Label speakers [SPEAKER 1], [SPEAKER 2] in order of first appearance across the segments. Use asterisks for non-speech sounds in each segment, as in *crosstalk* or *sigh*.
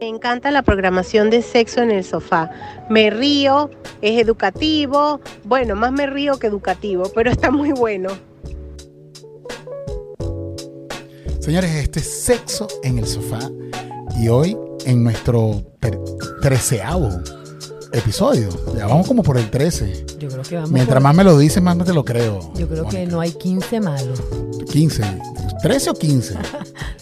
[SPEAKER 1] Me encanta la programación de sexo en el sofá. Me río, es educativo. Bueno, más me río que educativo, pero está muy bueno.
[SPEAKER 2] Señores, este es Sexo en el Sofá y hoy en nuestro ter- treceavo episodio, ya vamos como por el 13.
[SPEAKER 3] Yo creo que vamos.
[SPEAKER 2] Mientras
[SPEAKER 3] por-
[SPEAKER 2] más me lo dicen, más me te lo creo.
[SPEAKER 3] Yo creo que
[SPEAKER 2] Mónica.
[SPEAKER 3] no hay 15 malos.
[SPEAKER 2] 15. ¿13 o
[SPEAKER 3] *laughs*
[SPEAKER 2] 15?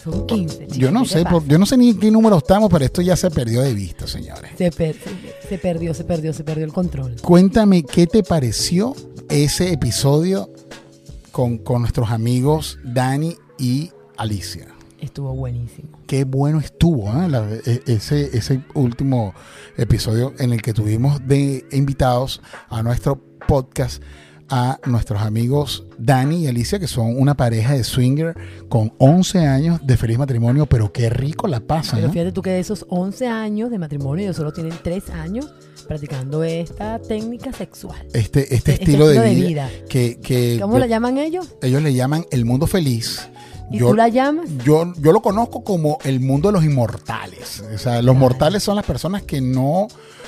[SPEAKER 3] Son 15. chico,
[SPEAKER 2] Yo no
[SPEAKER 3] ¿qué te
[SPEAKER 2] sé, por-
[SPEAKER 3] pasa?
[SPEAKER 2] yo no sé ni en qué número estamos, pero esto ya se perdió de vista, señores.
[SPEAKER 3] Se, per- se- se perdió, se perdió, se perdió el control.
[SPEAKER 2] Cuéntame qué te pareció ese episodio con, con nuestros amigos Dani y Alicia.
[SPEAKER 3] Estuvo buenísimo.
[SPEAKER 2] Qué bueno estuvo ¿eh? La- e- ese, ese último episodio en el que tuvimos de invitados a nuestro podcast a nuestros amigos Dani y Alicia, que son una pareja de swinger con 11 años de feliz matrimonio, pero qué rico la pasan.
[SPEAKER 3] Pero
[SPEAKER 2] ¿no?
[SPEAKER 3] fíjate tú que de esos 11 años de matrimonio, ellos solo tienen 3 años practicando esta técnica sexual.
[SPEAKER 2] Este, este
[SPEAKER 3] Este
[SPEAKER 2] estilo, de,
[SPEAKER 3] estilo de
[SPEAKER 2] vida,
[SPEAKER 3] vida.
[SPEAKER 2] que, que
[SPEAKER 3] ¿Cómo
[SPEAKER 2] yo-
[SPEAKER 3] la llaman ellos?
[SPEAKER 2] ellos le llaman el mundo feliz.
[SPEAKER 3] ¿Y
[SPEAKER 2] Yo-
[SPEAKER 3] tú la llamas?
[SPEAKER 2] yo, yo lo conozco como el mundo de los inmortales. O sea, los mortales son las personas que no,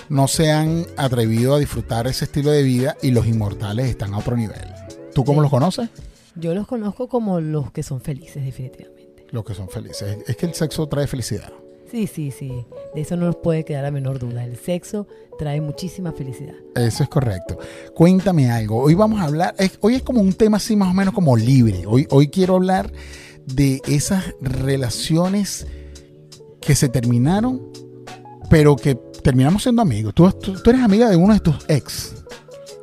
[SPEAKER 2] no se han atrevido a disfrutar ese estilo de vida y los inmortales están a otro nivel. ¿Tú cómo
[SPEAKER 3] Sí.
[SPEAKER 2] los conoces?
[SPEAKER 3] Yo los conozco como los que son felices, definitivamente.
[SPEAKER 2] Los que son felices. Es que el sexo trae felicidad.
[SPEAKER 3] Sí, sí, sí. De eso no nos puede quedar la menor duda. El sexo trae muchísima felicidad.
[SPEAKER 2] Eso es correcto. Cuéntame algo. Hoy vamos a hablar, es- hoy es como un tema así más o menos como libre. Hoy, hoy quiero hablar de esas relaciones que se terminaron, pero que terminamos siendo amigos. Tú, tú- tú eres amiga de uno de tus ex.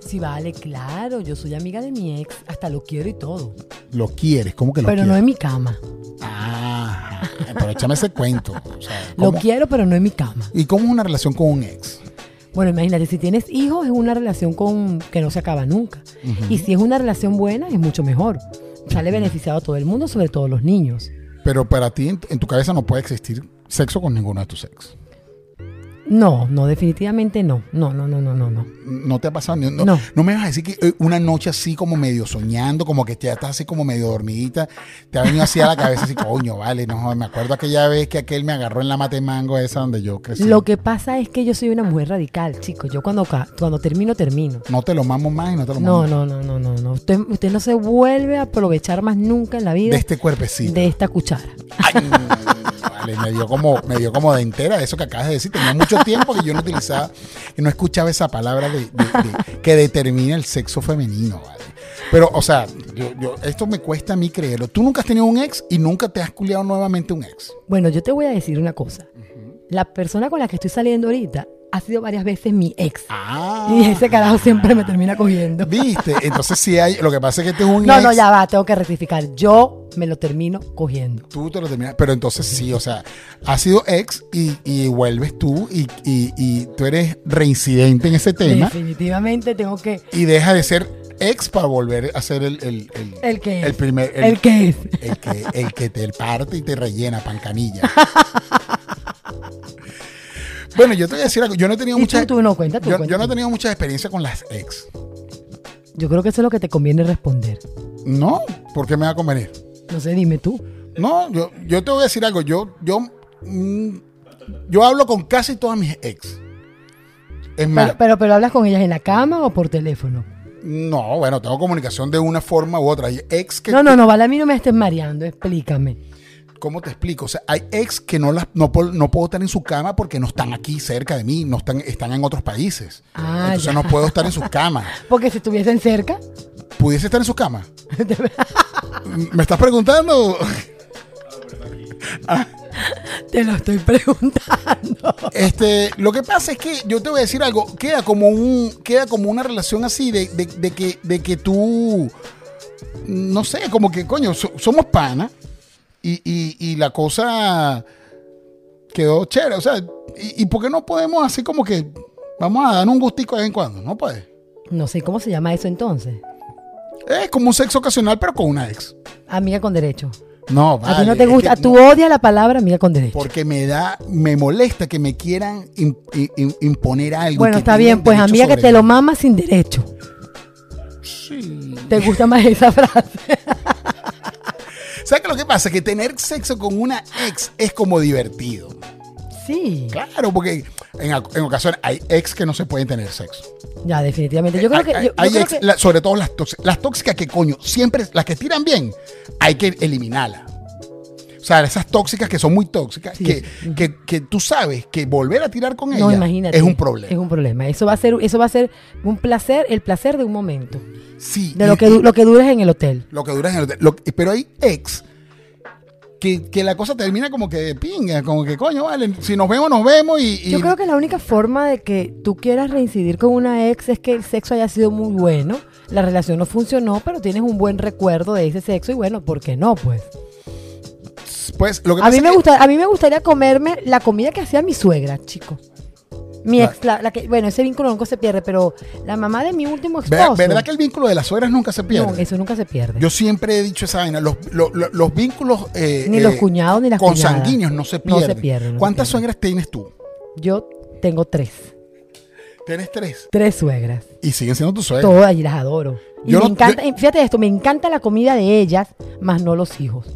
[SPEAKER 3] Sí, vale, claro. Yo soy amiga de mi ex. Hasta lo quiero y todo.
[SPEAKER 2] Lo quieres, ¿cómo que lo
[SPEAKER 3] Pero no
[SPEAKER 2] quieres?
[SPEAKER 3] en mi cama.
[SPEAKER 2] Ah, pero échame ese cuento. o sea,
[SPEAKER 3] Lo
[SPEAKER 2] ¿cómo-
[SPEAKER 3] quiero, pero no en mi cama.
[SPEAKER 2] ¿Y cómo es una relación con un ex?
[SPEAKER 3] Bueno, imagínate, si tienes hijos es una relación con que no se acaba nunca.
[SPEAKER 2] Ujú.
[SPEAKER 3] Y si es una relación buena es mucho mejor. Sale beneficiado a todo el mundo, sobre todo los niños.
[SPEAKER 2] Pero para ti, en, en tu cabeza no puede existir sexo con ninguno de tus ex.
[SPEAKER 3] No, no, definitivamente no. No, no, no, no, no, no.
[SPEAKER 2] No te ha pasado. ni- No, no.
[SPEAKER 3] No.
[SPEAKER 2] me vas a decir que eh, una noche así como medio soñando, como que ya estás así como medio dormidita, te ha venido así a la cabeza así, coño, vale, no, me acuerdo aquella vez que aquel me agarró en la mate mango esa donde yo crecí.
[SPEAKER 3] Lo que pasa es que yo soy una mujer radical, chicos. Yo cuando, ca- cuando termino, termino.
[SPEAKER 2] No te lo mamo más y no te lo mamo
[SPEAKER 3] No, no, no, no, no, no. Usted, usted no se vuelve a aprovechar más nunca en la vida
[SPEAKER 2] de este cuerpecito.
[SPEAKER 3] de esta cuchara.
[SPEAKER 2] Ay, vale, me dio como, me dio como de entera eso que acabas de decir. Tenía mucho tiempo que yo no utilizaba y no escuchaba esa palabra de, de- de- que determina el sexo femenino, vale. Pero, o sea, yo- yo- esto me cuesta a mí creerlo. Tú nunca has tenido un ex y nunca te has culiado nuevamente un ex.
[SPEAKER 3] Bueno, yo te voy a decir una cosa. La persona con la que estoy saliendo ahorita ha sido varias veces mi ex.
[SPEAKER 2] Ah.
[SPEAKER 3] Y ese carajo siempre me termina cogiendo.
[SPEAKER 2] ¿Viste? Entonces sí hay. Lo que pasa es que este es un
[SPEAKER 3] No,
[SPEAKER 2] ex.
[SPEAKER 3] no, ya va, tengo que rectificar. Yo me lo termino cogiendo.
[SPEAKER 2] Tú te lo terminas. Pero entonces sí, o sea, has sido ex y, y vuelves tú y, y- y tú eres reincidente en ese tema.
[SPEAKER 3] Definitivamente tengo que.
[SPEAKER 2] y deja de ser ex para volver a ser el, el, el,
[SPEAKER 3] El que es.
[SPEAKER 2] el primer el,
[SPEAKER 3] El, que es.
[SPEAKER 2] el que el que te parte y te rellena
[SPEAKER 3] *laughs*
[SPEAKER 2] pancanilla bueno yo te voy a decir algo yo no he tenido
[SPEAKER 3] Y tú,
[SPEAKER 2] muchas
[SPEAKER 3] tú no cuenta, tú
[SPEAKER 2] yo,
[SPEAKER 3] cuenta.
[SPEAKER 2] yo no he tenido mucha experiencia con las ex
[SPEAKER 3] Yo creo que eso es lo que te conviene responder.
[SPEAKER 2] no porque me va a convenir
[SPEAKER 3] No sé, dime tú.
[SPEAKER 2] no yo yo te voy a decir algo yo yo mm, yo hablo con casi todas mis ex es más
[SPEAKER 3] Pero, pero, pero hablas con ellas en la cama o por teléfono.
[SPEAKER 2] no bueno tengo comunicación de una forma u otra Hay ex que
[SPEAKER 3] No, no, no, vale, a mí no me estés mareando, explícame.
[SPEAKER 2] ¿Cómo te explico? O sea, hay ex que no, las, no, po- no puedo estar en su cama porque no están aquí cerca de mí, no están, están en otros países.
[SPEAKER 3] Ah,
[SPEAKER 2] Entonces no
[SPEAKER 3] ya.
[SPEAKER 2] puedo estar en sus camas.
[SPEAKER 3] Porque si estuviesen cerca,
[SPEAKER 2] ¿Pudiese estar en sus
[SPEAKER 3] *laughs*
[SPEAKER 2] camas? ¿Me estás preguntando?
[SPEAKER 3] te lo estoy *laughs* preguntando.
[SPEAKER 2] Este, lo que pasa es que yo te voy a decir algo, queda como un, queda como una relación así de, de- de que, de que tú, no sé, como que coño, so- somos pana y, y- y la cosa quedó chévere, o sea, y, y por qué no podemos así como que vamos a dar un gustico de vez en cuando? No puede.
[SPEAKER 3] No sé cómo se llama eso entonces.
[SPEAKER 2] Es como un sexo ocasional pero con una ex.
[SPEAKER 3] Amiga con derecho.
[SPEAKER 2] No, vale.
[SPEAKER 3] a ti no te
[SPEAKER 2] es
[SPEAKER 3] gusta,
[SPEAKER 2] que
[SPEAKER 3] tú
[SPEAKER 2] no,
[SPEAKER 3] odias la palabra amiga con derecho.
[SPEAKER 2] porque me da, me molesta que me quieran im- im- imponer algo.
[SPEAKER 3] Bueno,
[SPEAKER 2] que
[SPEAKER 3] está
[SPEAKER 2] tengan
[SPEAKER 3] bien, pues
[SPEAKER 2] derecho
[SPEAKER 3] amiga que
[SPEAKER 2] sobre
[SPEAKER 3] te
[SPEAKER 2] mí.
[SPEAKER 3] lo mamas sin derecho.
[SPEAKER 2] Sí.
[SPEAKER 3] ¿Te gusta más esa frase?
[SPEAKER 2] ¿Sabes qué lo que pasa? Que tener sexo con una ex es como divertido.
[SPEAKER 3] Sí.
[SPEAKER 2] Claro, porque en, en ocasiones hay ex que no se pueden tener sexo.
[SPEAKER 3] Ya, definitivamente. Yo creo
[SPEAKER 2] hay,
[SPEAKER 3] que.
[SPEAKER 2] hay-
[SPEAKER 3] yo- yo
[SPEAKER 2] hay
[SPEAKER 3] creo
[SPEAKER 2] ex,
[SPEAKER 3] que-
[SPEAKER 2] la- sobre todo las, tóxi- las tóxicas que coño, siempre las que tiran bien, hay que eliminarlas. O sea, esas tóxicas que son muy tóxicas,
[SPEAKER 3] Sí.
[SPEAKER 2] que, que, que tú sabes que volver a tirar con
[SPEAKER 3] no,
[SPEAKER 2] ella
[SPEAKER 3] imagínate.
[SPEAKER 2] es un problema.
[SPEAKER 3] Es un problema. Eso va a ser, eso va a ser un placer, el placer de un momento.
[SPEAKER 2] Sí,
[SPEAKER 3] De
[SPEAKER 2] y-
[SPEAKER 3] lo que,
[SPEAKER 2] y-
[SPEAKER 3] du- lo que dures en el hotel.
[SPEAKER 2] lo que dura en el hotel. Lo- pero hay ex que, que la cosa termina como que de pinga, como que coño, vale, si nos vemos, nos vemos y... y-
[SPEAKER 3] Yo creo que la única forma de que tú quieras reincidir con una ex es que el sexo haya sido muy bueno, la relación no funcionó, pero tienes un buen recuerdo de ese sexo y bueno, ¿por qué no? Pues
[SPEAKER 2] Pues lo que
[SPEAKER 3] a
[SPEAKER 2] pasa
[SPEAKER 3] mí
[SPEAKER 2] es
[SPEAKER 3] me
[SPEAKER 2] que-
[SPEAKER 3] gusta, a mí me gustaría comerme la comida que hacía mi suegra, chico. Mi ex, la, la que, bueno, ese vínculo nunca se pierde, pero la mamá de mi último
[SPEAKER 2] Ve-
[SPEAKER 3] esposo.
[SPEAKER 2] ¿Verdad que el vínculo de las suegras nunca se pierde?
[SPEAKER 3] No, eso nunca se pierde.
[SPEAKER 2] Yo siempre he dicho esa vaina, los, lo- lo- los vínculos... eh,
[SPEAKER 3] ni
[SPEAKER 2] eh,
[SPEAKER 3] los cuñados ni las cuñadas.
[SPEAKER 2] consanguíneos no se
[SPEAKER 3] No
[SPEAKER 2] pierden.
[SPEAKER 3] se pierden, no se
[SPEAKER 2] ¿Cuántas
[SPEAKER 3] pierden.
[SPEAKER 2] suegras tienes tú?
[SPEAKER 3] Yo tengo tres,
[SPEAKER 2] Tienes tres.
[SPEAKER 3] tres suegras.
[SPEAKER 2] Y siguen siendo tus suegras.
[SPEAKER 3] Todas y las adoro. Y
[SPEAKER 2] Yo
[SPEAKER 3] me
[SPEAKER 2] no-
[SPEAKER 3] encanta, y fíjate esto, me encanta la comida de ellas, más no los hijos.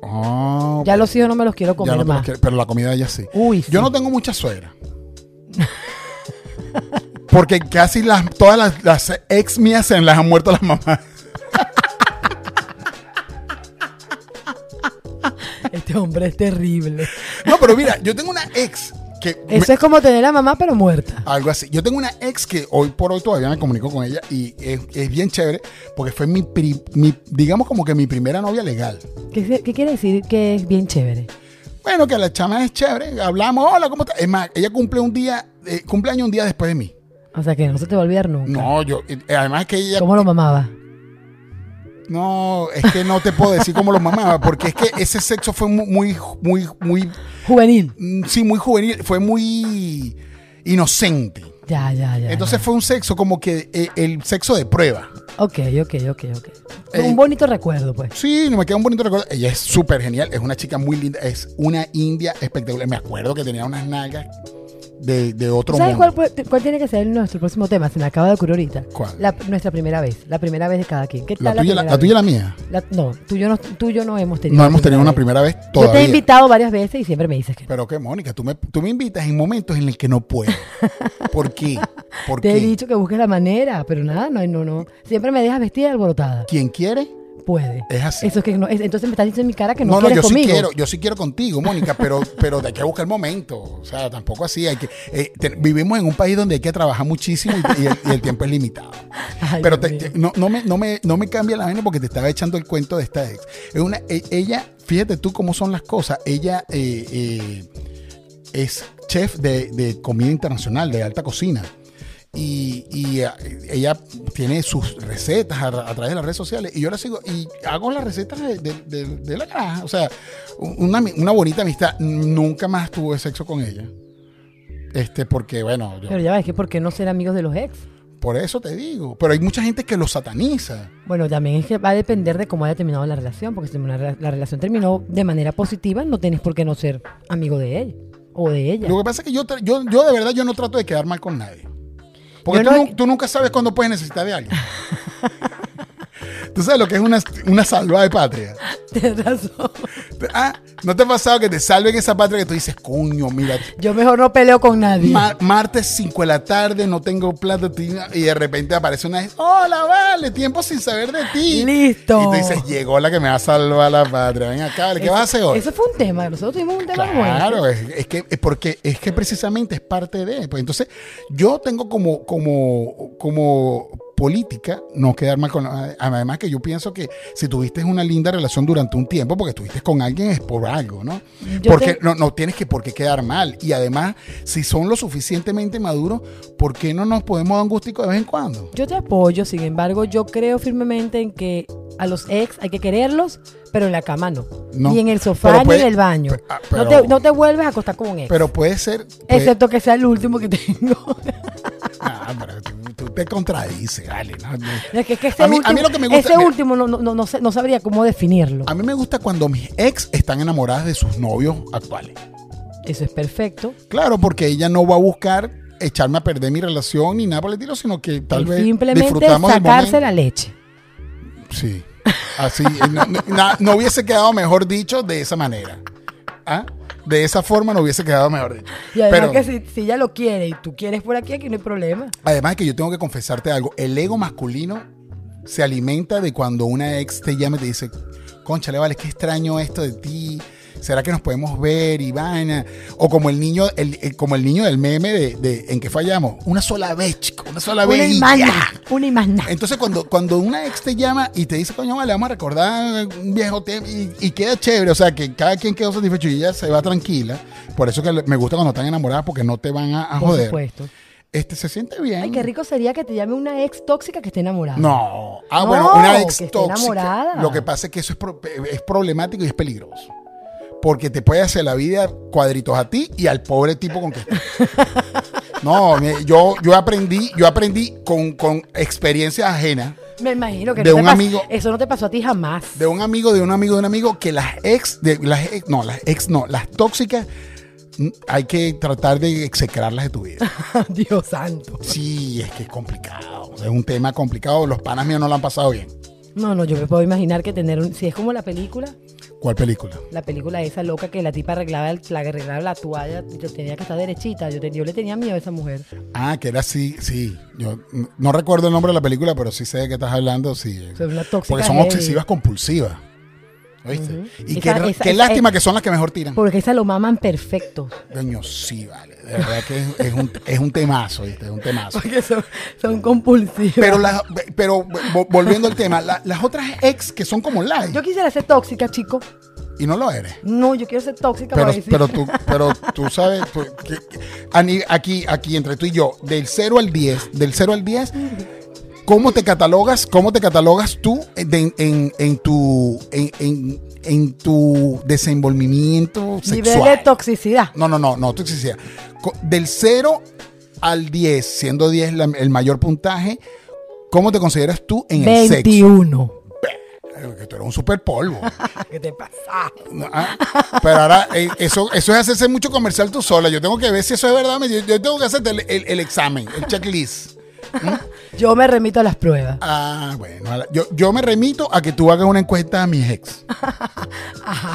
[SPEAKER 2] Ah,
[SPEAKER 3] Ya los hijos no me los quiero comer
[SPEAKER 2] ya no te lo
[SPEAKER 3] más.
[SPEAKER 2] quiero- pero la comida de ellas sí.
[SPEAKER 3] Uy, sí.
[SPEAKER 2] Yo
[SPEAKER 3] *laughs*
[SPEAKER 2] no tengo muchas suegras. Porque casi las, todas las, las ex mías se las han muerto las mamás.
[SPEAKER 3] Este hombre es terrible.
[SPEAKER 2] No, pero mira, yo tengo una ex que... me-
[SPEAKER 3] Eso es como tener a mamá pero muerta.
[SPEAKER 2] algo así. Yo tengo una ex que hoy por hoy todavía me comunico con ella y es, es bien chévere porque fue mi, pri- mi, digamos como que mi primera novia legal.
[SPEAKER 3] ¿Qué, se- qué quiere decir que es bien chévere?
[SPEAKER 2] Bueno, que la chama es chévere, hablamos, hola, ¿cómo estás? Es más, ella cumple un día, eh, cumpleaños un día después de mí.
[SPEAKER 3] O sea que no se te va a olvidar nunca.
[SPEAKER 2] No, yo, eh, además que ella...
[SPEAKER 3] ¿Cómo lo mamaba?
[SPEAKER 2] No, es que no te puedo decir cómo lo mamaba, porque es que ese sexo fue mu- muy, muy, muy,
[SPEAKER 3] Juvenil.
[SPEAKER 2] mm, sí, muy juvenil, fue muy inocente.
[SPEAKER 3] Ya, ya, ya.
[SPEAKER 2] Entonces fue un sexo como que eh, el sexo de prueba.
[SPEAKER 3] ya. Ok, ok, ok, ok. Fue
[SPEAKER 2] Eh,
[SPEAKER 3] un bonito recuerdo, pues.
[SPEAKER 2] Sí, no me queda un bonito recuerdo. Ella es súper genial, es una chica muy linda, es una india espectacular. Me acuerdo que tenía unas nalgas de, de otro
[SPEAKER 3] ¿Sabes
[SPEAKER 2] mundo.
[SPEAKER 3] cuál, puede- cuál tiene que ser nuestro próximo tema? Se me acaba de ocurrir ahorita.
[SPEAKER 2] ¿Cuál?
[SPEAKER 3] La- nuestra primera vez. La primera vez de cada quien. ¿Qué
[SPEAKER 2] La
[SPEAKER 3] tal
[SPEAKER 2] tuya, la,
[SPEAKER 3] primera
[SPEAKER 2] la
[SPEAKER 3] vez?
[SPEAKER 2] tuya y la mía.
[SPEAKER 3] La- no, tú y yo no, tú y yo no hemos tenido.
[SPEAKER 2] No hemos tenido una primera vez
[SPEAKER 3] Yo te he
[SPEAKER 2] todavía.
[SPEAKER 3] invitado varias veces y siempre me dices que no.
[SPEAKER 2] Pero que, Mónica, tú me, tú me invitas en momentos en los que no puedo. ¿Por qué? ¿Por
[SPEAKER 3] *laughs* Te he
[SPEAKER 2] qué?
[SPEAKER 3] dicho que busques la manera, pero nada, no, no, no. Siempre me dejas vestida y alborotada.
[SPEAKER 2] ¿Quién quiere?
[SPEAKER 3] Puede.
[SPEAKER 2] Es así.
[SPEAKER 3] Eso es que no, es- entonces me estás diciendo en mi cara que no,
[SPEAKER 2] Eh, No, no,
[SPEAKER 3] quieres
[SPEAKER 2] yo
[SPEAKER 3] conmigo.
[SPEAKER 2] sí quiero, yo sí quiero contigo, Mónica,
[SPEAKER 3] *laughs*
[SPEAKER 2] pero, pero hay que buscar el momento. O sea, tampoco así. Hay que, eh, te- vivimos en un país donde hay que trabajar muchísimo y- y el- y el tiempo es limitado.
[SPEAKER 3] Ay,
[SPEAKER 2] Pero
[SPEAKER 3] Dios
[SPEAKER 2] te-
[SPEAKER 3] mío.
[SPEAKER 2] te- no, no me, no, me, no me cambia la vaina porque te estaba echando el cuento de esta ex. Es una, e- ella, fíjate tú cómo son las cosas. Ella eh, eh, es chef de, de comida internacional, de alta cocina. Y, y, eh, ella tiene sus recetas a, ra- a través de las redes sociales. Y yo la sigo y hago las recetas de, de- de- de la granja. O sea, una, ami- una bonita amistad. Nunca más tuve sexo con ella. Este, porque bueno, yo-
[SPEAKER 3] Pero ya ves que ¿por qué no ser amigos de los ex?
[SPEAKER 2] por eso te digo. Pero hay mucha gente que lo sataniza.
[SPEAKER 3] Bueno, también es que va a depender de cómo haya terminado la relación, porque si una re- la relación terminó de manera positiva, no tienes por qué no ser amigo de él o de ella. *laughs*
[SPEAKER 2] Lo que pasa es que yo, tra- yo, yo de verdad yo no trato de quedar mal con nadie. Porque
[SPEAKER 3] Yo
[SPEAKER 2] tú,
[SPEAKER 3] no-
[SPEAKER 2] nu- tú nunca sabes cuándo puedes necesitar de
[SPEAKER 3] *laughs*
[SPEAKER 2] alguien. tú sabes lo que es una, una salva de patria.
[SPEAKER 3] Tienes razón.
[SPEAKER 2] Ah, ¿No te ha pasado que te salven esa patria que tú dices, coño, mira,
[SPEAKER 3] Yo mejor no peleo con nadie.
[SPEAKER 2] ma- martes 5 de la tarde, no tengo plata, ti- y de repente aparece una ex, hola, vale, tiempo sin saber de ti.
[SPEAKER 3] Listo.
[SPEAKER 2] Y tú dices, llegó la que me va a salvar la patria. Ven acá, vale, ¿qué
[SPEAKER 3] Eso-
[SPEAKER 2] vas a hacer hoy?
[SPEAKER 3] Eso fue un tema. Nosotros tuvimos un tema bueno.
[SPEAKER 2] Claro, es, es que es porque es que precisamente es parte de. Pues entonces, yo tengo como, como, como política no quedar mal con además que yo pienso que si tuviste una linda relación durante un tiempo porque estuviste con alguien es por algo no
[SPEAKER 3] Yo
[SPEAKER 2] porque
[SPEAKER 3] te-
[SPEAKER 2] no, no tienes que por qué quedar mal y además si son lo suficientemente maduros por qué no nos podemos dar un gustico de vez en cuando
[SPEAKER 3] Yo te apoyo, sin embargo, yo creo firmemente en que a los ex hay que quererlos, pero en la cama no.
[SPEAKER 2] No.
[SPEAKER 3] Ni en el sofá,
[SPEAKER 2] Pero
[SPEAKER 3] ni
[SPEAKER 2] puede-
[SPEAKER 3] en el baño.
[SPEAKER 2] pe- ah,
[SPEAKER 3] no,
[SPEAKER 2] pero-
[SPEAKER 3] te, no te vuelves a acostar con un ex.
[SPEAKER 2] pero puede ser puede-
[SPEAKER 3] excepto que sea el último que tengo.
[SPEAKER 2] Ah, pero tú, tú te contradices vale no,
[SPEAKER 3] *laughs*
[SPEAKER 2] no.
[SPEAKER 3] *laughs* Es que, es que ese
[SPEAKER 2] A mí- a mí
[SPEAKER 3] último,
[SPEAKER 2] lo que me gusta-
[SPEAKER 3] ese
[SPEAKER 2] mira.
[SPEAKER 3] último no, no, no, no sé- no sabría cómo definirlo.
[SPEAKER 2] A mí me gusta cuando mis ex están enamoradas de sus novios actuales.
[SPEAKER 3] Eso es perfecto.
[SPEAKER 2] Claro, porque ella no va a buscar echarme a perder mi relación ni nada por el estilo, sino que tal
[SPEAKER 3] Y
[SPEAKER 2] vez
[SPEAKER 3] Simplemente
[SPEAKER 2] disfrutamos del
[SPEAKER 3] sacarse
[SPEAKER 2] momento.
[SPEAKER 3] la leche.
[SPEAKER 2] Sí. Así, no, no- na- no hubiese quedado mejor dicho de esa manera. ¿Ah? de esa forma no hubiese quedado mejor dicho.
[SPEAKER 3] Y además
[SPEAKER 2] Pero-
[SPEAKER 3] que si, si ella lo quiere y tú quieres por aquí, aquí no hay problema.
[SPEAKER 2] Además que yo tengo que confesarte algo, el ego masculino se alimenta de cuando una ex te llama y te dice, concha, le vale, qué extraño esto de ti, ¿será que nos podemos ver, Ivana? O como el niño, el- el- como el niño del meme de, de en que fallamos, una sola vez, chico, una sola
[SPEAKER 3] Una
[SPEAKER 2] vez. y
[SPEAKER 3] imán,
[SPEAKER 2] ya".
[SPEAKER 3] una imán.
[SPEAKER 2] Entonces cuando, cuando una ex te llama y te dice, coño, vale, vamos a recordar un viejo tema y, y queda chévere, o sea, que cada quien quedó satisfecho y ella se va tranquila. Por eso que le- me gusta cuando están enamoradas porque no te van a, a
[SPEAKER 3] Por
[SPEAKER 2] joder.
[SPEAKER 3] supuesto.
[SPEAKER 2] Este se siente bien.
[SPEAKER 3] Ay, qué rico sería que te llame una ex tóxica que esté enamorada.
[SPEAKER 2] No. Ah,
[SPEAKER 3] No,
[SPEAKER 2] bueno, una ex
[SPEAKER 3] que esté
[SPEAKER 2] tóxica.
[SPEAKER 3] enamorada.
[SPEAKER 2] Lo que pasa es que eso es, pro- es problemático y es peligroso. Porque te puede hacer la vida cuadritos a ti y al pobre tipo con que
[SPEAKER 3] *laughs*
[SPEAKER 2] estás. No, me- yo, yo aprendí, yo aprendí con, con experiencias ajenas
[SPEAKER 3] Me imagino que
[SPEAKER 2] De
[SPEAKER 3] no te
[SPEAKER 2] un
[SPEAKER 3] pasó-
[SPEAKER 2] amigo.
[SPEAKER 3] Eso no te pasó a ti jamás.
[SPEAKER 2] de un amigo, de un amigo, de un amigo, que las ex, de, las ex- no, las ex no, las tóxicas mm, hay que tratar de execrarlas de tu vida.
[SPEAKER 3] *laughs* Dios santo.
[SPEAKER 2] Sí, es que es complicado. Es un tema complicado. Los panas míos no lo han pasado bien.
[SPEAKER 3] No, no, yo me puedo imaginar que tener un. Si es como la película,
[SPEAKER 2] ¿Cuál película?
[SPEAKER 3] la película esa loca que la tipa arreglaba, el, la, que arreglaba la toalla, yo tenía que estar derechita. Yo, te- yo le tenía miedo a esa mujer.
[SPEAKER 2] Ah, que era así, sí. Yo n- no recuerdo el nombre de la película, pero sí sé de qué estás hablando, sí.
[SPEAKER 3] sea, una tóxica
[SPEAKER 2] Porque son
[SPEAKER 3] heavy.
[SPEAKER 2] obsesivas compulsivas. ¿Viste? Y
[SPEAKER 3] Esa-
[SPEAKER 2] qué, ra-
[SPEAKER 3] esa-
[SPEAKER 2] qué
[SPEAKER 3] esa-
[SPEAKER 2] lástima
[SPEAKER 3] eh.
[SPEAKER 2] que son las que mejor tiran.
[SPEAKER 3] Porque esa lo maman perfecto.
[SPEAKER 2] Coño, sí, vale. De verdad que es, es un, es un temazo, ¿viste? Es un temazo.
[SPEAKER 3] *laughs* Porque son, son compulsivas.
[SPEAKER 2] Pero, las- pero vo- volviendo al tema, la- las otras ex que son como live
[SPEAKER 3] yo quisiera ser tóxica, chico.
[SPEAKER 2] y no lo eres.
[SPEAKER 3] No, yo quiero ser tóxica
[SPEAKER 2] Pero,
[SPEAKER 3] para decir.
[SPEAKER 2] pero, tú, pero tú sabes, tú- que- a ni- aquí, aquí entre tú y yo, del 0 al 10, del 0 al 10, ¿cómo te catalogas, cómo te catalogas tú de- en, en- en tu, en, en- en tu desenvolvimiento
[SPEAKER 3] Nivel de
[SPEAKER 2] sexual?
[SPEAKER 3] toxicidad.
[SPEAKER 2] No, no, no, no, toxicidad. Co- Del 0 al 10, siendo 10 la- el mayor puntaje, ¿cómo te consideras tú en el sexo?
[SPEAKER 3] 21.
[SPEAKER 2] Que tú eres un super polvo.
[SPEAKER 3] *laughs* ¿Qué te pasa?
[SPEAKER 2] No, ah, pero ahora, eh, eso, eso es hacerse mucho comercial tú sola. Yo tengo que ver si eso es verdad. me- Yo, yo tengo que hacerte el, el- el examen, el checklist.
[SPEAKER 3] Yo me remito a las pruebas.
[SPEAKER 2] Ah, bueno. a la- Yo, yo me remito a que tú hagas una encuesta a mis ex.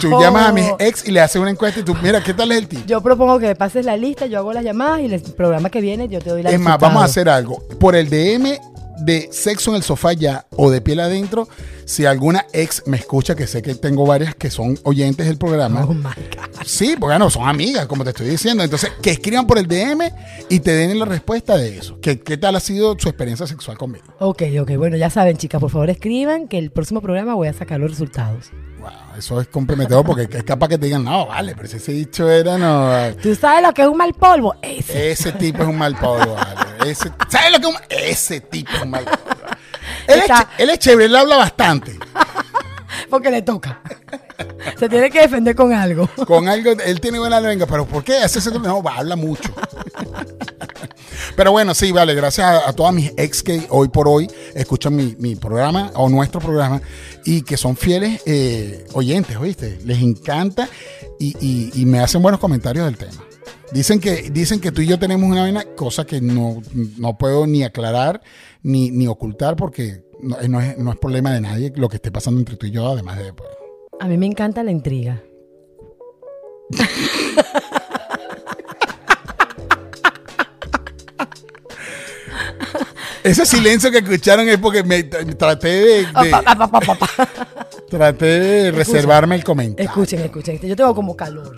[SPEAKER 2] Tú
[SPEAKER 3] Oh.
[SPEAKER 2] llamas a mis ex y le haces una encuesta y tú, mira, ¿qué tal es el tipo?
[SPEAKER 3] Yo propongo que me pases la lista, yo hago las llamadas y el programa que viene yo te doy la
[SPEAKER 2] Es más, vamos a hacer algo. Por el DM de sexo en el sofá ya o de piel adentro, si alguna ex me escucha, que sé que tengo varias que son oyentes del programa.
[SPEAKER 3] Oh my God.
[SPEAKER 2] Sí, porque no, son amigas, como te estoy diciendo. Entonces, que escriban por el DM y te den la respuesta de eso. ¿Qué, qué tal ha sido su experiencia sexual conmigo?
[SPEAKER 3] Ok, ok, bueno, ya saben, chicas, por favor escriban que el próximo programa voy a sacar los resultados.
[SPEAKER 2] Wow, eso es comprometedor porque es capaz que te digan, no, vale, pero si ese dicho era, no. vale.
[SPEAKER 3] ¿Tú sabes lo que es un mal polvo? Ese.
[SPEAKER 2] Ese tipo es un mal polvo, vale. Ese, ¿Sabes lo que es un- Ese tipo es un mal polvo. Él es,
[SPEAKER 3] Está-
[SPEAKER 2] ch- él es chévere, él habla bastante.
[SPEAKER 3] Porque le toca. *laughs* Se tiene que defender con algo.
[SPEAKER 2] Con algo, él tiene buena lengua, pero ¿por qué hace ese No, va, habla mucho. Pero bueno, sí, vale, gracias a, a todas mis ex que hoy por hoy escuchan mi, mi programa o nuestro programa y que son fieles eh, oyentes, ¿oíste? Les encanta y, y- y me hacen buenos comentarios del tema. Dicen que, dicen que tú y yo tenemos una vaina, cosa que no, no puedo ni aclarar ni, ni ocultar porque no, eh, no es, no es problema de nadie lo que esté pasando entre tú y yo, además de... pues,
[SPEAKER 3] A mí me encanta la intriga.
[SPEAKER 2] Ese silencio que escucharon es porque me tra- traté de, de-
[SPEAKER 3] Pa, pa, pa, pa, pa, pa.
[SPEAKER 2] traté de reservarme el comentario.
[SPEAKER 3] Escuchen, escuchen. este, Yo tengo como calor.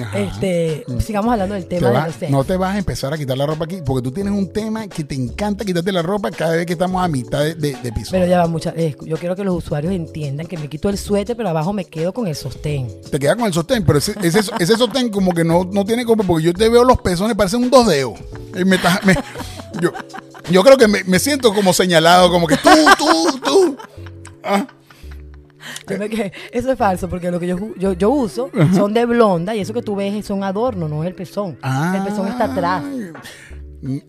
[SPEAKER 2] Ajá.
[SPEAKER 3] Este, sigamos hablando del
[SPEAKER 2] Ah. Mm. Te
[SPEAKER 3] tema de
[SPEAKER 2] va-
[SPEAKER 3] los sexos.
[SPEAKER 2] no te vas a empezar a quitar la ropa aquí, porque tú tienes un tema que te encanta quitarte la ropa cada vez que estamos a mitad de, de- de episodio.
[SPEAKER 3] Pero ya va mucha. eh, Yo quiero que los usuarios entiendan que me quito el suéter, pero abajo me quedo con el sostén.
[SPEAKER 2] Te queda con el sostén, pero ese, ese, ese sostén como que no, no tiene como, porque yo te veo los pezones, parecen un dos dedos. Y me estás- me- yo, yo creo que me, me siento como señalado, como que tú, tú, tú.
[SPEAKER 3] Yo me quedé- *laughs* Eso es falso, porque lo que yo, ju- yo, yo uso son de blonda y eso que tú ves son adorno, no es el pezón. el pezón
[SPEAKER 2] Ah.
[SPEAKER 3] está atrás.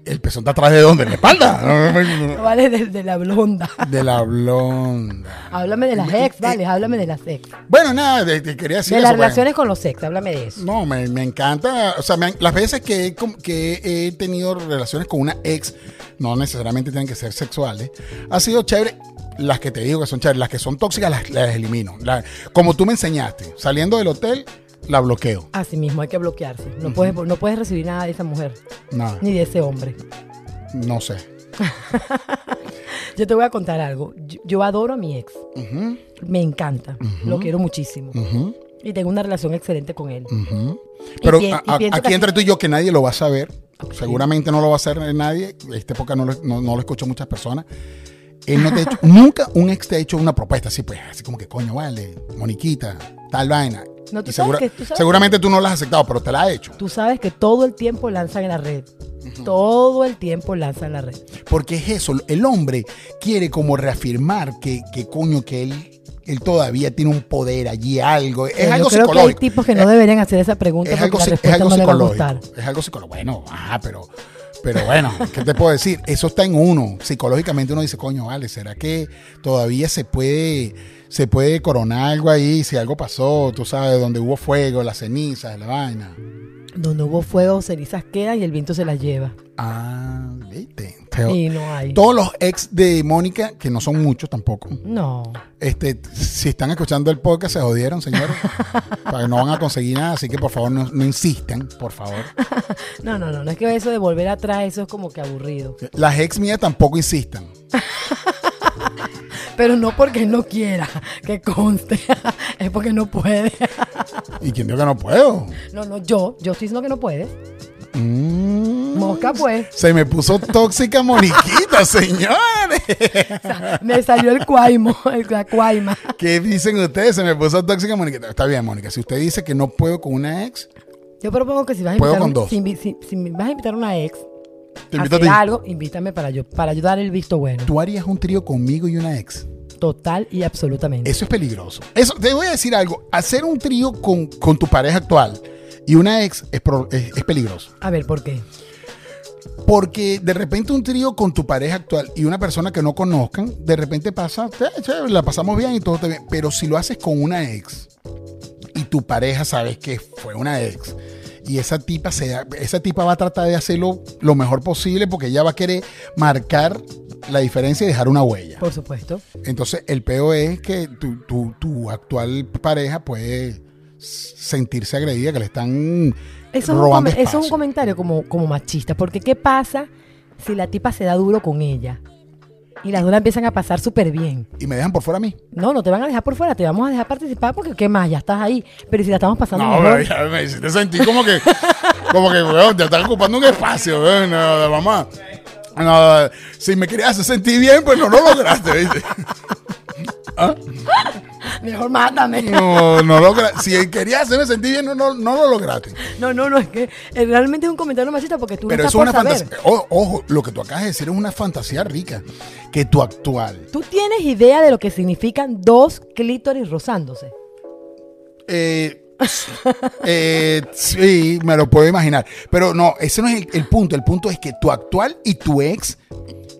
[SPEAKER 2] ¿El pezón está atrás de dónde? ¿En la espalda?
[SPEAKER 3] No Vale, de, de la blonda. *laughs*
[SPEAKER 2] De la blonda.
[SPEAKER 3] háblame de las
[SPEAKER 2] Eh,
[SPEAKER 3] ex, vale, háblame de las ex.
[SPEAKER 2] Bueno, nada, te, te quería decir
[SPEAKER 3] de
[SPEAKER 2] eso,
[SPEAKER 3] las
[SPEAKER 2] bueno.
[SPEAKER 3] relaciones con los ex, háblame de eso.
[SPEAKER 2] No, me, me encanta. O sea, me han- las veces que he, com- que he tenido relaciones con una ex, no necesariamente tienen que ser sexuales, ha sido chévere. Las que te digo que son chéveres, las que son tóxicas, las, las elimino. La- como tú me enseñaste, saliendo del hotel, la bloqueo.
[SPEAKER 3] Así mismo, hay que bloquearse. No, puedes, no puedes recibir nada de esa mujer,
[SPEAKER 2] Nada,
[SPEAKER 3] ni de ese hombre.
[SPEAKER 2] no sé.
[SPEAKER 3] Yo te voy a contar algo. Yo, yo adoro a mi ex.
[SPEAKER 2] Ujú,
[SPEAKER 3] Me encanta. Lo quiero muchísimo.
[SPEAKER 2] ujú,
[SPEAKER 3] Y tengo una relación excelente con él.
[SPEAKER 2] ujú. Pero
[SPEAKER 3] pien-
[SPEAKER 2] a-
[SPEAKER 3] y
[SPEAKER 2] a-
[SPEAKER 3] pienso
[SPEAKER 2] aquí
[SPEAKER 3] que-
[SPEAKER 2] entre tú y yo, que nadie lo va a saber, seguramente no lo va a saber nadie, esta época no lo, no, no lo escuchan muchas personas. Él no te ha hecho, *laughs* nunca un ex te ha hecho una propuesta así, pues, así como que coño, vale, Moniquita, tal vaina.
[SPEAKER 3] No, tú
[SPEAKER 2] Y
[SPEAKER 3] sabes
[SPEAKER 2] segura-
[SPEAKER 3] que- tú sabes-
[SPEAKER 2] seguramente tú no la has aceptado, pero te la ha hecho.
[SPEAKER 3] Tú sabes que todo el tiempo lanzan en la red. Todo el tiempo lanzan en la red.
[SPEAKER 2] Porque es eso, el hombre quiere como reafirmar que, que coño, que él, él todavía tiene un poder allí, algo. Es
[SPEAKER 3] Yo
[SPEAKER 2] algo
[SPEAKER 3] creo que hay
[SPEAKER 2] psicológico. Eh,
[SPEAKER 3] tipos que no deberían hacer esa pregunta
[SPEAKER 2] es
[SPEAKER 3] porque
[SPEAKER 2] algo,
[SPEAKER 3] la
[SPEAKER 2] psi- es
[SPEAKER 3] respuesta
[SPEAKER 2] algo
[SPEAKER 3] no le va a
[SPEAKER 2] psicológico.
[SPEAKER 3] gustar.
[SPEAKER 2] Es algo psicológico. Bueno, ajá, pero, pero bueno, *laughs* ¿qué te puedo decir? Eso está en uno. Psicológicamente uno dice, coño, vale, ¿será que todavía se puede, se puede coronar algo ahí? Si algo pasó, tú sabes, donde hubo fuego, las cenizas, la vaina.
[SPEAKER 3] Donde hubo fuego, cenizas quedan y el viento se las lleva.
[SPEAKER 2] Ah, viste. Pero
[SPEAKER 3] Y no hay.
[SPEAKER 2] Todos los ex de Mónica, que no son muchos tampoco,
[SPEAKER 3] No.
[SPEAKER 2] Este, si están escuchando el podcast, se jodieron,
[SPEAKER 3] *laughs*
[SPEAKER 2] señores. Porque no van a conseguir nada, así que por favor no, no insistan, por favor.
[SPEAKER 3] No, no, no. No es que eso de volver atrás, eso es como que aburrido.
[SPEAKER 2] Las ex mías tampoco insistan.
[SPEAKER 3] Pero no porque él no quiera, que conste. *laughs* es porque no puede.
[SPEAKER 2] ¿Y quién dijo que no puedo?
[SPEAKER 3] no, no, yo. Yo estoy diciendo que no puede.
[SPEAKER 2] Mm.
[SPEAKER 3] Mosca, pues.
[SPEAKER 2] Se me puso tóxica Moniquita, señores.
[SPEAKER 3] Me salió el cuaimo, *laughs* el, la cuaima.
[SPEAKER 2] ¿Qué dicen ustedes? Se me puso tóxica Moniquita. Está bien, Mónica. Si usted dice que no puedo con una ex,
[SPEAKER 3] Yo propongo que si vas a
[SPEAKER 2] Puedo
[SPEAKER 3] invitar,
[SPEAKER 2] con
[SPEAKER 3] un-
[SPEAKER 2] dos.
[SPEAKER 3] si invi- si- si me vas a invitar a una ex,
[SPEAKER 2] te
[SPEAKER 3] a
[SPEAKER 2] invito a ti.
[SPEAKER 3] hacer algo, invítame para yo, para yo dar el visto bueno.
[SPEAKER 2] ¿Tú harías un trío conmigo y una ex?
[SPEAKER 3] Total y absolutamente.
[SPEAKER 2] Eso es peligroso. Eso, te voy a decir algo. Hacer un trío con, con tu pareja actual y una ex es pro- es- es peligroso.
[SPEAKER 3] A ver, ¿por qué?
[SPEAKER 2] Porque de repente un trío con tu pareja actual y una persona que no conozcan, de repente pasa, "Eh, chévere, la pasamos bien y todo está bien. Pero si lo haces con una ex y tu pareja sabes que fue una ex y esa tipa, se, da- esa tipa va a tratar de hacerlo lo mejor posible porque ella va a querer marcar la diferencia y dejar una huella.
[SPEAKER 3] Por supuesto.
[SPEAKER 2] Entonces el peo es que tu, tu- tu actual pareja puede sentirse agredida, que le están
[SPEAKER 3] Eso es, un,
[SPEAKER 2] robando
[SPEAKER 3] come- eso es un
[SPEAKER 2] espacio.
[SPEAKER 3] comentario como, como machista, porque ¿qué pasa si la tipa se da duro con ella? Y las dos la empiezan a pasar súper bien.
[SPEAKER 2] y me dejan por fuera a mí.
[SPEAKER 3] No, no te van a dejar por fuera, te vamos a dejar participar porque ¿qué más? Ya estás ahí. Pero si la estamos pasando
[SPEAKER 2] No,
[SPEAKER 3] mejor,
[SPEAKER 2] pero ya me hiciste sentir como que, como que, weón, te estás ocupando un espacio, weón, no, de mamá. No, si me querías hacer sentir bien, pues no lo lograste, ¿viste? *laughs* ¿Ah?
[SPEAKER 3] mejor mátame.
[SPEAKER 2] No, no lograste. Si querías hacerme sentir bien, no, no, no lo lograste.
[SPEAKER 3] *laughs* No, no, no, es que eh, realmente es un comentario machista porque tú
[SPEAKER 2] Pero
[SPEAKER 3] no
[SPEAKER 2] eso
[SPEAKER 3] estás
[SPEAKER 2] es una
[SPEAKER 3] por saber.
[SPEAKER 2] fantasía. o- Ojo, lo que tú acabas de decir es una fantasía rica. Que tu actual.
[SPEAKER 3] ¿Tú tienes idea de lo que significan dos clítoris rozándose?
[SPEAKER 2] Eh, eh, sí, me lo puedo imaginar. Pero no, ese no es el, el punto. El punto es que tu actual y tu ex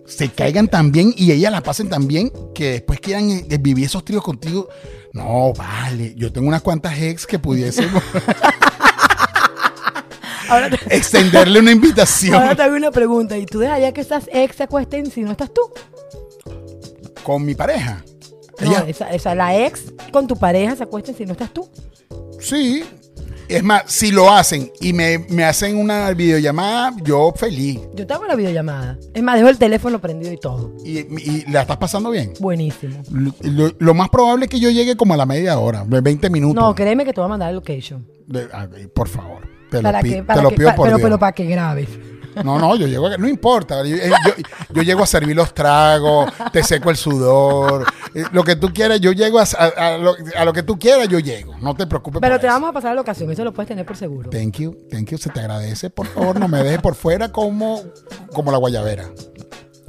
[SPEAKER 2] se caigan tan bien y ellas la pasen tan bien que después quieran eh, vivir esos tríos contigo. No, vale. Yo tengo unas cuantas ex que pudiésemos
[SPEAKER 3] Ahora te,
[SPEAKER 2] *laughs* extenderle una
[SPEAKER 3] ahora
[SPEAKER 2] invitación
[SPEAKER 3] te hago una pregunta. ¿Y tú dejarías que esas ex se acuesten si no estás tú?
[SPEAKER 2] con mi pareja.
[SPEAKER 3] No,
[SPEAKER 2] Ella-
[SPEAKER 3] esa, esa- la ex con tu pareja se acuesten si no estás tú.
[SPEAKER 2] sí. Es más, si lo hacen y me, me hacen una videollamada, yo feliz.
[SPEAKER 3] Yo te hago la videollamada. Es más, dejo el teléfono prendido y todo.
[SPEAKER 2] Y, y la estás pasando bien.
[SPEAKER 3] Buenísimo.
[SPEAKER 2] Lo, lo- lo más probable es que yo llegue como a la media hora, de 20 minutos.
[SPEAKER 3] No, créeme que te voy a mandar el location.
[SPEAKER 2] De- a ver, por favor. Te lo,
[SPEAKER 3] ¿Para
[SPEAKER 2] pi-
[SPEAKER 3] qué? ¿Para
[SPEAKER 2] te lo
[SPEAKER 3] qué?
[SPEAKER 2] pido
[SPEAKER 3] Pa-
[SPEAKER 2] por
[SPEAKER 3] pero,
[SPEAKER 2] Dios.
[SPEAKER 3] pero para que grabes.
[SPEAKER 2] No, no, yo llego a- No importa. Yo, eh, yo- yo llego a servir los tragos, te seco el sudor. eh, Lo que tú quieras, yo llego a, a- a lo, a lo que tú quieras, yo llego. No te preocupes.
[SPEAKER 3] Pero
[SPEAKER 2] por
[SPEAKER 3] te
[SPEAKER 2] eso.
[SPEAKER 3] vamos a pasar la locación, eso lo puedes tener por seguro.
[SPEAKER 2] Thank you, thank you. Se te agradece. Por favor, no me dejes por fuera como, como la guayabera.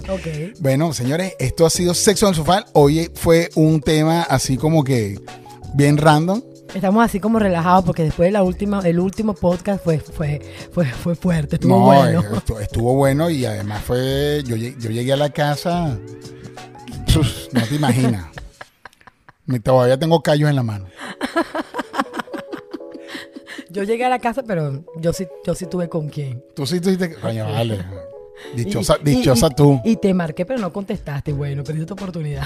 [SPEAKER 3] Ok.
[SPEAKER 2] Bueno, señores, esto ha sido Sexo en el Sofá. Hoy fue un tema así como que bien random.
[SPEAKER 3] Estamos así como relajados porque después de la última, el último podcast fue, fue, fue, fue fuerte, estuvo
[SPEAKER 2] no,
[SPEAKER 3] bueno.
[SPEAKER 2] eh, estu- estuvo bueno y además fue. Yo, lle- yo llegué a la casa. sus, no te imaginas. *laughs* Me- todavía tengo callos en la mano.
[SPEAKER 3] Yo llegué a la casa, pero yo sí, yo sí tuve con quién.
[SPEAKER 2] Tú sí tú dijiste que. Coño, vale. Dichosa,
[SPEAKER 3] Y- y-
[SPEAKER 2] dichosa
[SPEAKER 3] y-
[SPEAKER 2] tú.
[SPEAKER 3] Y te marqué, pero no contestaste. Bueno, perdí tu oportunidad.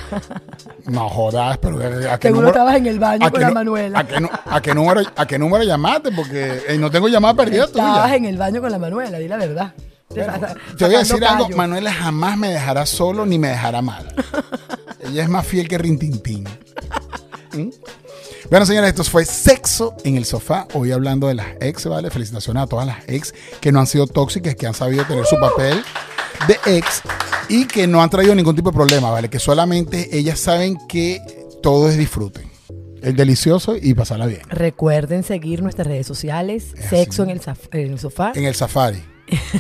[SPEAKER 2] No jodas, pero ¿a qué número?
[SPEAKER 3] Seguro estabas en el baño
[SPEAKER 2] ¿A
[SPEAKER 3] con
[SPEAKER 2] qué,
[SPEAKER 3] la
[SPEAKER 2] nu-
[SPEAKER 3] Manuela.
[SPEAKER 2] a qué nu- a qué número, ¿A qué número llamaste? Porque eh, no tengo llamada perdida
[SPEAKER 3] Estabas
[SPEAKER 2] tuya.
[SPEAKER 3] en el baño con la Manuela, di la verdad.
[SPEAKER 2] Te voy a decir
[SPEAKER 3] Sacando
[SPEAKER 2] algo,
[SPEAKER 3] callo.
[SPEAKER 2] Manuela jamás me dejará solo ni me dejará mal. Ella es más fiel que Rintintín. ¿Mm? Bueno, señores, esto fue Sexo en el Sofá. Hoy hablando de las ex, ¿vale? Felicitaciones a todas las ex que no han sido tóxicas, que han sabido tener su papel de ex y que no han traído ningún tipo de problema, ¿vale? Que solamente ellas saben que todo es disfruten. El delicioso y pasarla bien.
[SPEAKER 3] Recuerden seguir nuestras redes sociales,
[SPEAKER 2] Es
[SPEAKER 3] Sexo en
[SPEAKER 2] así.
[SPEAKER 3] el, saf- en el Sofá.
[SPEAKER 2] Ah, En el safari.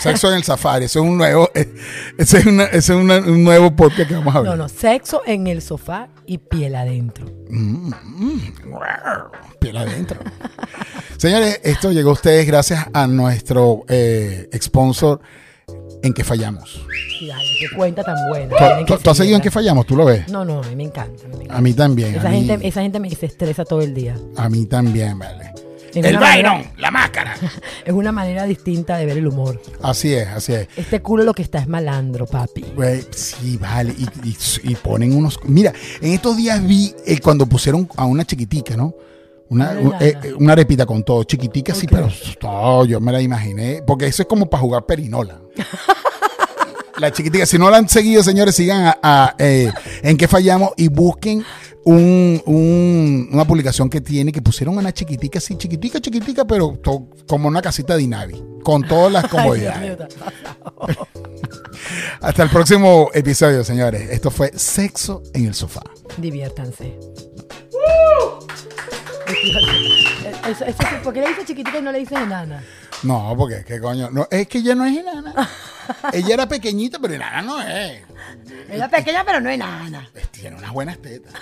[SPEAKER 2] Sexo en el safari. Eso es un nuevo, *laughs* ese es, una- ese es una- un nuevo podcast que vamos a
[SPEAKER 3] No,
[SPEAKER 2] hablar.
[SPEAKER 3] no, Sexo en el Sofá y Piel Adentro.
[SPEAKER 2] Piel adentro. Señores, esto llegó a ustedes gracias a nuestro eh, sponsor en que fallamos.
[SPEAKER 3] Y dale, qué cuenta tan buena.
[SPEAKER 2] ¿Tú,
[SPEAKER 3] Tienen que
[SPEAKER 2] tú- tú has seguido en que
[SPEAKER 3] seguirla.
[SPEAKER 2] fallamos? ¿Tú lo ves?
[SPEAKER 3] No, no, a mí me encanta. a mí me encanta.
[SPEAKER 2] A mí también.
[SPEAKER 3] Esa
[SPEAKER 2] a, mí,
[SPEAKER 3] gente, esa gente me se estresa todo el día.
[SPEAKER 2] a mí también, vale.
[SPEAKER 3] En
[SPEAKER 2] el
[SPEAKER 3] una manera-
[SPEAKER 2] Byron, la máscara.
[SPEAKER 3] Es una manera distinta de ver el humor.
[SPEAKER 2] Así es, así es.
[SPEAKER 3] Este culo lo que está es malandro, papi.
[SPEAKER 2] Güey, sí, vale. Y, y- y ponen unos. Mira, en estos días vi eh, cuando pusieron a una chiquitica, ¿no? Una,
[SPEAKER 3] Una
[SPEAKER 2] un-
[SPEAKER 3] enana.
[SPEAKER 2] eh, eh, una arepita con todo, chiquitica, sí,
[SPEAKER 3] Ok.
[SPEAKER 2] pero no, yo me la imaginé. Porque eso es como para jugar perinola.
[SPEAKER 3] *laughs*
[SPEAKER 2] La chiquitica, si no la han seguido, señores, sigan a, a, eh, en qué fallamos y busquen un, un- una publicación que tiene que pusieron a una chiquitica así, chiquitica, chiquitica, pero to- como una casita de Inavi, con todas las
[SPEAKER 3] *laughs* Ay, Dios mío,
[SPEAKER 2] comodidades.
[SPEAKER 3] está-
[SPEAKER 2] Hasta el próximo episodio, señores. Esto fue Sexo en el Sofá.
[SPEAKER 3] Diviértanse. Eso- eso sí, ¿Por qué le dices chiquitica y no le dices enana?
[SPEAKER 2] No, porque, ¿qué coño? No, es que ella no es enana. Ella era pequeñita, pero enana no es.
[SPEAKER 3] Era pequeña, pero no enana.
[SPEAKER 2] Tiene unas buenas tetas.